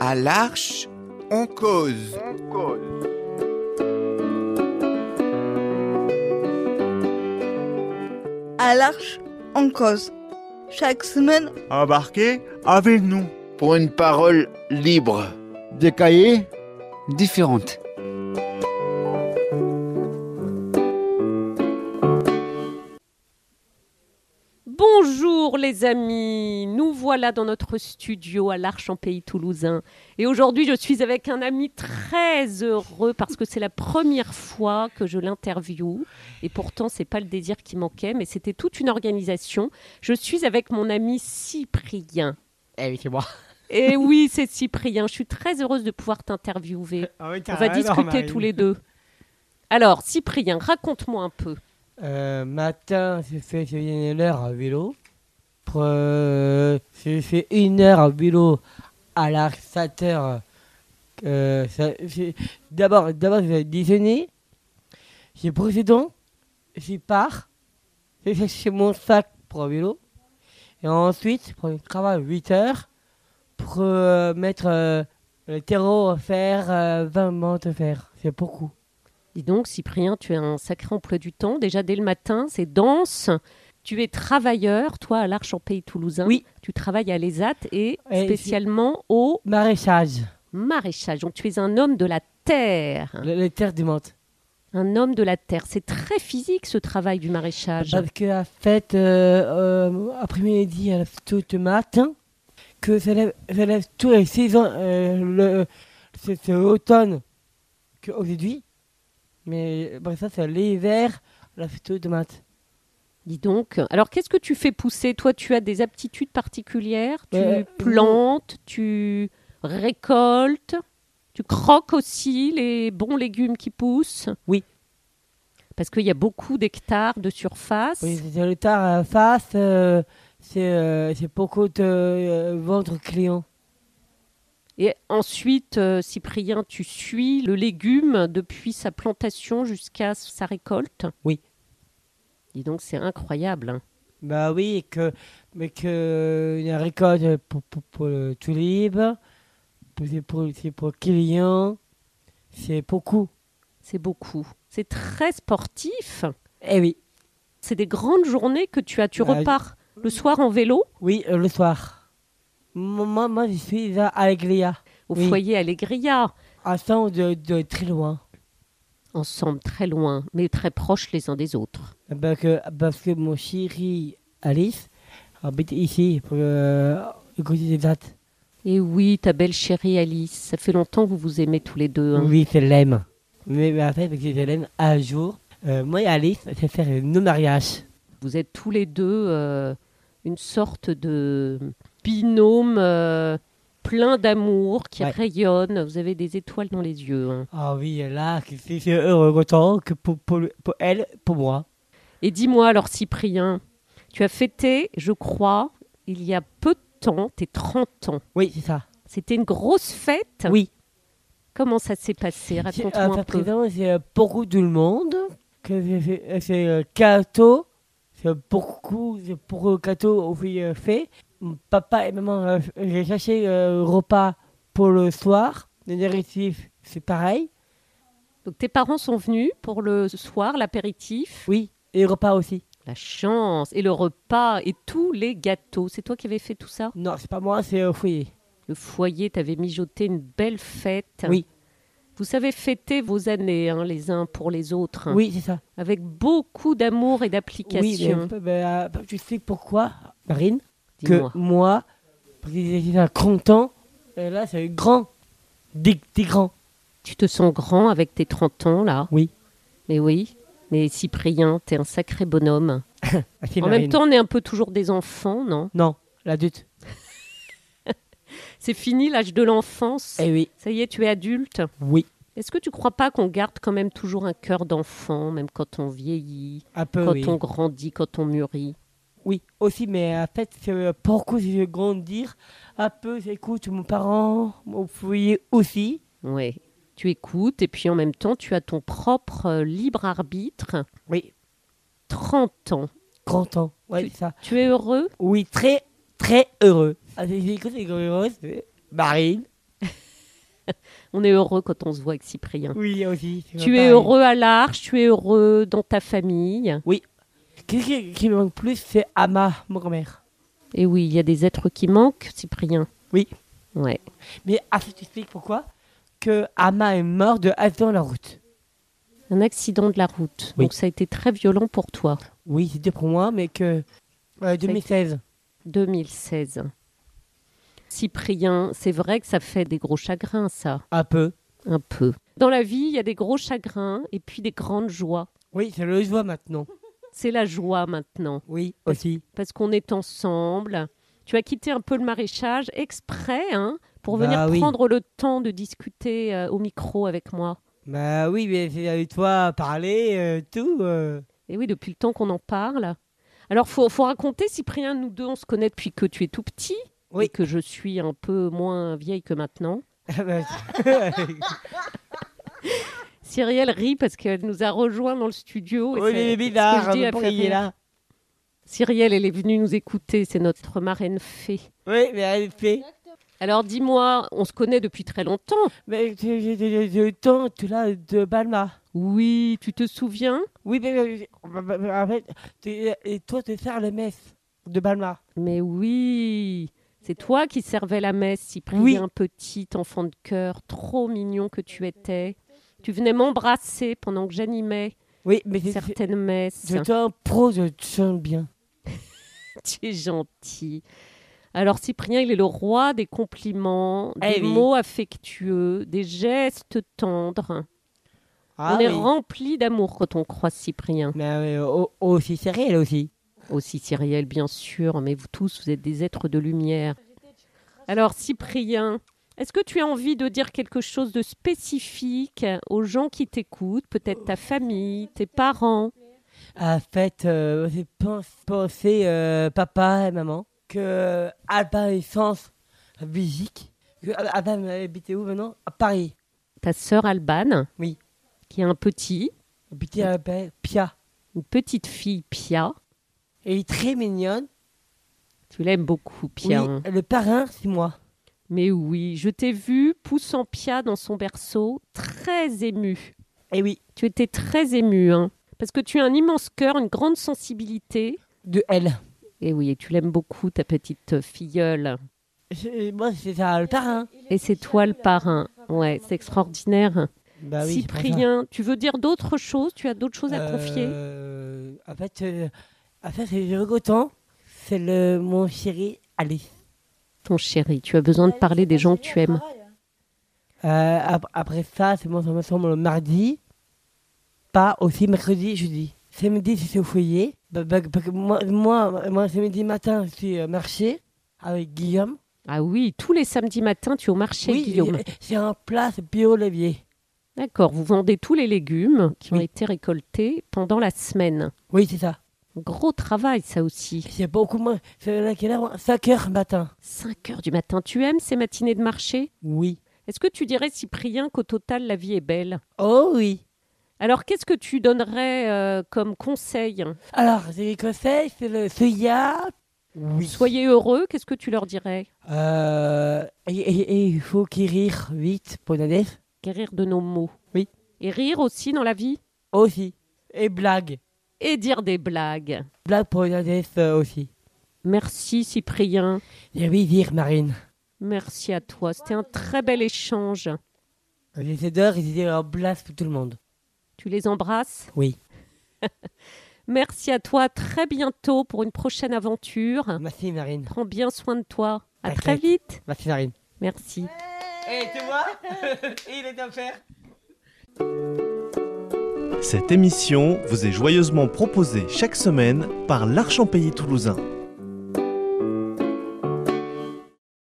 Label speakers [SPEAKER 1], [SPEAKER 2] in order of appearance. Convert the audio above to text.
[SPEAKER 1] À l'Arche, on cause.
[SPEAKER 2] à l'Arche en cause. Chaque semaine,
[SPEAKER 3] Embarquez avec nous.
[SPEAKER 4] pour une parole libre.
[SPEAKER 5] Des cahiers
[SPEAKER 6] différentes.
[SPEAKER 7] Bonjour les amis, nous voilà dans notre studio à l'Arche en Pays Toulousain. Et aujourd'hui, je suis avec un ami très heureux parce que c'est la première fois que je l'interviewe. Et pourtant, c'est pas le désir qui manquait, mais c'était toute une organisation. Je suis avec mon ami Cyprien.
[SPEAKER 8] Eh oui, c'est moi.
[SPEAKER 7] Et oui, c'est Cyprien. Je suis très heureuse de pouvoir t'interviewer. On
[SPEAKER 8] Ah,
[SPEAKER 7] va discuter tous les deux. Alors, Cyprien, raconte-moi un peu.
[SPEAKER 8] Euh, matin, j'ai fait j'ai fait une heure à vélo. Pre- euh, J'ai fait une heure à vélo à la 7 heures. Euh, ça- j'ai- D'abord, d'abord j'ai déjeuné. J'ai brosé les dents. J'y pars. J'ai cherché mon sac pour un vélo. Et ensuite, je prends le travail à 8 heures pour euh, mettre euh, le terreau à faire euh, 20 mètres à faire. C'est beaucoup.
[SPEAKER 7] Dis donc, Cyprien, tu as un sacré emploi du temps. Déjà dès le matin, c'est dense. Tu es travailleur, toi, à l'Arche en Pays Toulousain.
[SPEAKER 8] Oui.
[SPEAKER 7] Tu travailles à l'ESAT et
[SPEAKER 8] Et
[SPEAKER 7] spécialement au
[SPEAKER 8] Maraîchage.
[SPEAKER 7] maraîchage. Donc, tu es un homme de la terre.
[SPEAKER 8] Le- les terres du monde.
[SPEAKER 7] Un homme de la terre. C'est très physique, ce travail du maraîchage.
[SPEAKER 8] Parce que la fête, euh, euh, après-midi, elle lève tout le matin. Que ça lève, ça lève tous les saisons. euh, le, c'est, c'est automne qu'aujourd'hui. Mais bon, ça, c'est l'hiver, la fête tout le matin.
[SPEAKER 7] Dis donc. Alors, qu'est-ce que tu fais pousser Toi, tu as des aptitudes particulières. Tu
[SPEAKER 8] Euh,
[SPEAKER 7] plantes, tu récoltes, tu croques aussi les bons légumes qui poussent.
[SPEAKER 8] Oui.
[SPEAKER 7] Parce qu'il y a beaucoup d'hectares de surface.
[SPEAKER 8] Oui, c'est- c'est le tard à la face. euh, c'est, euh, c'est beaucoup de euh, vendre clients.
[SPEAKER 7] Et ensuite, euh, Cyprien, tu suis le légume depuis sa plantation jusqu'à sa récolte.
[SPEAKER 8] Oui.
[SPEAKER 7] Dis donc, c'est incroyable. hein.
[SPEAKER 8] Bah oui, et que, mais que la récolte pour, pour, pour le tulip, pour- c'est pour, c'est pour le client, c'est beaucoup.
[SPEAKER 7] C'est beaucoup. C'est très sportif.
[SPEAKER 8] Eh oui,
[SPEAKER 7] C'est des grandes journées que tu as. Tu
[SPEAKER 8] Ouais.
[SPEAKER 7] repars le soir en vélo.
[SPEAKER 8] oui, euh, le soir. Moi, moi, moi, je suis à Alegria,
[SPEAKER 7] au
[SPEAKER 8] Oui.
[SPEAKER 7] foyer Allegria,
[SPEAKER 8] à San de, de très loin.
[SPEAKER 7] ensemble très loin, mais très proches les uns des autres.
[SPEAKER 8] Parce que, parce que mon chéri Alice habite ici, pour le, le côté des dates.
[SPEAKER 7] Et oui, ta belle chérie Alice, ça fait longtemps que vous vous aimez tous les deux. hein.
[SPEAKER 8] Oui, c'est l'aime. Mais, mais après, parce que je l'aime un jour, euh, moi et Alice, c'est faire nos mariages.
[SPEAKER 7] Vous êtes tous les deux euh, une sorte de binôme euh, plein d'amour qui
[SPEAKER 8] Ouais.
[SPEAKER 7] rayonne. Vous avez des étoiles dans les yeux. hein.
[SPEAKER 8] Ah oui, là, que c'est c'est heureux autant que pour, pour, le- pour elle, pour moi.
[SPEAKER 7] Et dis-moi alors, Cyprien, tu as fêté, je crois, il y a peu de temps, tes 30 ans.
[SPEAKER 8] Oui, c'est ça.
[SPEAKER 7] C'était une grosse fête.
[SPEAKER 8] Oui.
[SPEAKER 7] Comment ça s'est passé
[SPEAKER 8] C'est-
[SPEAKER 7] Raconte-moi
[SPEAKER 8] euh,
[SPEAKER 7] un
[SPEAKER 8] par
[SPEAKER 7] peu.
[SPEAKER 8] présent, c'est euh, beaucoup de monde. Que c'est- c'est- c'est euh, gâteau. C'est beaucoup, c'est pour le gâteau on fait, euh, fait. Mon Papa et maman, euh, j'ai cherché euh, le repas pour le soir. Les directifs, c'est pareil.
[SPEAKER 7] Donc tes parents sont venus pour le soir, l'apéritif,
[SPEAKER 8] Oui, et le repas aussi.
[SPEAKER 7] la chance et le repas et tous les gâteaux. C'est toi qui avais fait tout ça
[SPEAKER 8] Non, c'est pas moi, c'est euh, au foyer.
[SPEAKER 7] Le foyer, t'avais mijoté une belle fête.
[SPEAKER 8] Oui.
[SPEAKER 7] Vous savez fêter vos années hein, les uns pour les autres, hein,
[SPEAKER 8] Oui, c'est ça.
[SPEAKER 7] avec beaucoup d'amour et
[SPEAKER 8] Oui, mais,
[SPEAKER 7] d'application.
[SPEAKER 8] euh, bah, bah, tu sais pourquoi, Marine que
[SPEAKER 7] Dis-moi.
[SPEAKER 8] moi, parce que j'étais un content, et euh, là c'est grand. Des, des grands.
[SPEAKER 7] Tu te sens grand avec tes 30 ans là
[SPEAKER 8] Oui.
[SPEAKER 7] Mais oui. Mais Cyprien, t'es un sacré bonhomme.
[SPEAKER 8] Ah,
[SPEAKER 7] En même temps, on est un peu toujours des enfants, non
[SPEAKER 8] Non, l'adulte.
[SPEAKER 7] C'est fini l'âge de l'enfance.
[SPEAKER 8] Eh oui,
[SPEAKER 7] Ça y est, tu es adulte.
[SPEAKER 8] oui.
[SPEAKER 7] Est-ce que tu crois pas qu'on garde quand même toujours un cœur d'enfant, même quand on vieillit,
[SPEAKER 8] Un peu,
[SPEAKER 7] quand
[SPEAKER 8] Euh, oui.
[SPEAKER 7] on grandit, quand on mûrit
[SPEAKER 8] Oui, aussi, mais en fait, c'est euh, pourquoi je veux grandir. Un peu, j'écoute mon parent, mon foyer aussi.
[SPEAKER 7] Ouais. Tu écoutes et puis en même temps, tu as ton propre euh, libre arbitre.
[SPEAKER 8] Oui,
[SPEAKER 7] 30 ans.
[SPEAKER 8] grand temps. Ouais, c'est ça.
[SPEAKER 7] Tu es heureux
[SPEAKER 8] Oui, très, très heureux. Ah, j'ai- j'ai écouté les grands heureux, c'est Marine.
[SPEAKER 7] On est heureux quand on se voit avec Cyprien.
[SPEAKER 8] Oui, aussi. c'est
[SPEAKER 7] Tu
[SPEAKER 8] pareil.
[SPEAKER 7] es heureux à l'arche, tu es heureux dans ta famille.
[SPEAKER 8] Qu'est-ce qui, qui me manque plus C'est Ama, ma grand-mère.
[SPEAKER 7] Et Eh oui, il y a des êtres qui manquent, Cyprien.
[SPEAKER 8] Oui.
[SPEAKER 7] Ouais.
[SPEAKER 8] Mais ah, je t'explique pourquoi que Ama est mort de accident de la route.
[SPEAKER 7] Un accident de la route.
[SPEAKER 8] Oui.
[SPEAKER 7] Donc ça a été très violent pour toi.
[SPEAKER 8] Oui, c'était pour moi, mais que. euh, 2016.
[SPEAKER 7] 2016. Cyprien, c'est vrai que ça fait des gros chagrins, ça.
[SPEAKER 8] Un peu.
[SPEAKER 7] Un peu. Dans la vie, il y a des gros chagrins et puis des grandes joies.
[SPEAKER 8] Oui, c'est le joie maintenant.
[SPEAKER 7] C'est la joie maintenant.
[SPEAKER 8] Oui, aussi.
[SPEAKER 7] parce qu'on est ensemble. Tu as quitté un peu le maraîchage exprès hein, pour
[SPEAKER 8] Bah
[SPEAKER 7] venir
[SPEAKER 8] oui.
[SPEAKER 7] prendre le temps de discuter euh, au micro avec moi.
[SPEAKER 8] Bah oui, mais c'est avec toi à parler, euh, tout. euh.
[SPEAKER 7] Et oui, depuis le temps qu'on en parle. Alors, faut, faut raconter, Cyprien, nous deux, on se connaît depuis que tu es tout petit
[SPEAKER 8] Oui.
[SPEAKER 7] et que je suis un peu moins vieille que maintenant.
[SPEAKER 8] Ah bah,
[SPEAKER 7] Cyrielle rit parce qu'elle nous a rejoints dans le studio. et
[SPEAKER 8] oui,
[SPEAKER 7] c'est-
[SPEAKER 8] mais
[SPEAKER 7] ce que je
[SPEAKER 8] bizarre,
[SPEAKER 7] dis,
[SPEAKER 8] mais
[SPEAKER 7] elle
[SPEAKER 8] bon,
[SPEAKER 7] fait
[SPEAKER 8] il est
[SPEAKER 7] rire.
[SPEAKER 8] là.
[SPEAKER 7] Cyrielle, elle est venue nous écouter, c'est notre marraine fée.
[SPEAKER 8] Oui, mais elle fait.
[SPEAKER 7] Alors, dis-moi, on se connaît depuis très longtemps.
[SPEAKER 8] Mais j'ai- j'ai j'ai- j'ai le temps, tu l'as de Balma.
[SPEAKER 7] Oui, tu te souviens
[SPEAKER 8] Oui, mais, mais- mais- mais- mais en fait, tu- et toi, tu sers le mess de Balma.
[SPEAKER 7] Mais oui, c'est toi qui servais la messe, Cyprien,
[SPEAKER 8] Oui.
[SPEAKER 7] petit enfant de cœur, trop mignon que tu étais. Tu venais m'embrasser pendant que j'animais
[SPEAKER 8] Oui, mais c'est. c'est-
[SPEAKER 7] certaines messes.
[SPEAKER 8] Je t'en pro, je te sens bien.
[SPEAKER 7] Tu es gentil. Alors Cyprien, il est le roi des compliments, des
[SPEAKER 8] Eh oui.
[SPEAKER 7] mots affectueux, des gestes tendres.
[SPEAKER 8] Ah
[SPEAKER 7] on est
[SPEAKER 8] oui.
[SPEAKER 7] rempli d'amour quand on croise Cyprien.
[SPEAKER 8] Mais mais, au- aussi serré, elle aussi.
[SPEAKER 7] Aussi Cyrielle, bien sûr, mais vous tous, vous êtes des êtres de lumière. Alors, Cyprien, est-ce que tu as envie de dire quelque chose de spécifique aux gens qui t'écoutent, peut-être ta famille, tes parents
[SPEAKER 8] En fait, euh, j'ai pensé, pensé, euh, papa et maman que Alba est sens Belgique. Que Al- Alba elle habitait où maintenant À Paris.
[SPEAKER 7] Ta sœur Albane
[SPEAKER 8] Oui.
[SPEAKER 7] Qui a un petit,
[SPEAKER 8] Elle habitait à Paris, Pia.
[SPEAKER 7] une petite fille, Pia.
[SPEAKER 8] Elle est très mignonne.
[SPEAKER 7] Tu l'aimes beaucoup,
[SPEAKER 8] Oui,
[SPEAKER 7] Pia. hein.
[SPEAKER 8] le parrain, c'est moi.
[SPEAKER 7] Mais oui, je t'ai vu poussant Pia dans son berceau, très émue.
[SPEAKER 8] Et oui,
[SPEAKER 7] Tu étais très émue, hein, parce que tu as un immense cœur, une grande sensibilité.
[SPEAKER 8] de elle.
[SPEAKER 7] Et oui, et tu l'aimes beaucoup, ta petite filleule.
[SPEAKER 8] C'est- Moi, c'est ça, le parrain.
[SPEAKER 7] Et c'est toi le parrain. Ouais, c'est extraordinaire.
[SPEAKER 8] Bah oui, c'est pour ça.
[SPEAKER 7] Cyprien, tu veux dire d'autres choses Tu as d'autres choses à confier
[SPEAKER 8] Euh, En fait, euh, en fait c'est Gotan. C'est le mon chéri Alice.
[SPEAKER 7] Ton chéri, tu as besoin de parler des gens que tu aimes.
[SPEAKER 8] Euh, ap- après ça, c'est moi, ça me semble le mardi. Pas aussi mercredi, jeudi. Samedi, c'est au foyer. Bah, bah, bah, que moi, moi, moi, samedi matin, je suis au marché avec Guillaume.
[SPEAKER 7] Ah oui, tous les samedis matins, tu es au marché,
[SPEAKER 8] oui,
[SPEAKER 7] Guillaume.
[SPEAKER 8] et- et C'est un plat c'est bio levier.
[SPEAKER 7] D'accord, vous vendez tous les légumes qui ont
[SPEAKER 8] Oui.
[SPEAKER 7] été récoltés pendant la semaine.
[SPEAKER 8] Oui, c'est ça.
[SPEAKER 7] Gros travail, ça aussi.
[SPEAKER 8] C'est beaucoup moins. C'est à quelle heure 5 heures matin.
[SPEAKER 7] 5 heures du matin, tu aimes ces matinées de marché
[SPEAKER 8] Oui.
[SPEAKER 7] Est-ce que tu dirais, Cyprien, qu'au total, la vie est belle
[SPEAKER 8] Oh oui.
[SPEAKER 7] Alors, qu'est-ce que tu donnerais euh, comme conseil
[SPEAKER 8] Alors, j'ai les conseils, c'est le soya. Oui.
[SPEAKER 7] Soyez heureux, qu'est-ce que tu leur dirais
[SPEAKER 8] Euh, et- et- et il faut qu'ils rire vite pour Nadès.
[SPEAKER 7] Guérir de nos mots.
[SPEAKER 8] Oui.
[SPEAKER 7] Et rire aussi dans la vie
[SPEAKER 8] Aussi. Et blague.
[SPEAKER 7] Et dire des blagues.
[SPEAKER 8] Blague pour Nadès euh, aussi.
[SPEAKER 7] Merci Cyprien.
[SPEAKER 8] J'ai envie de dire Marine.
[SPEAKER 7] Merci à toi. C'était un très bel échange.
[SPEAKER 8] J'essaie d'heure et j'ai dit en place pour tout le monde.
[SPEAKER 7] Tu les embrasses
[SPEAKER 8] Oui.
[SPEAKER 7] Merci à toi. À Très bientôt pour une prochaine aventure.
[SPEAKER 8] Merci Marine.
[SPEAKER 7] Prends bien soin de toi. À
[SPEAKER 8] T'inquiète.
[SPEAKER 7] très vite.
[SPEAKER 8] Merci Marine.
[SPEAKER 7] Merci.
[SPEAKER 8] Eh, tu vois Il est offert.
[SPEAKER 5] Cette émission vous est joyeusement proposée chaque semaine par l'Archempéie toulousain.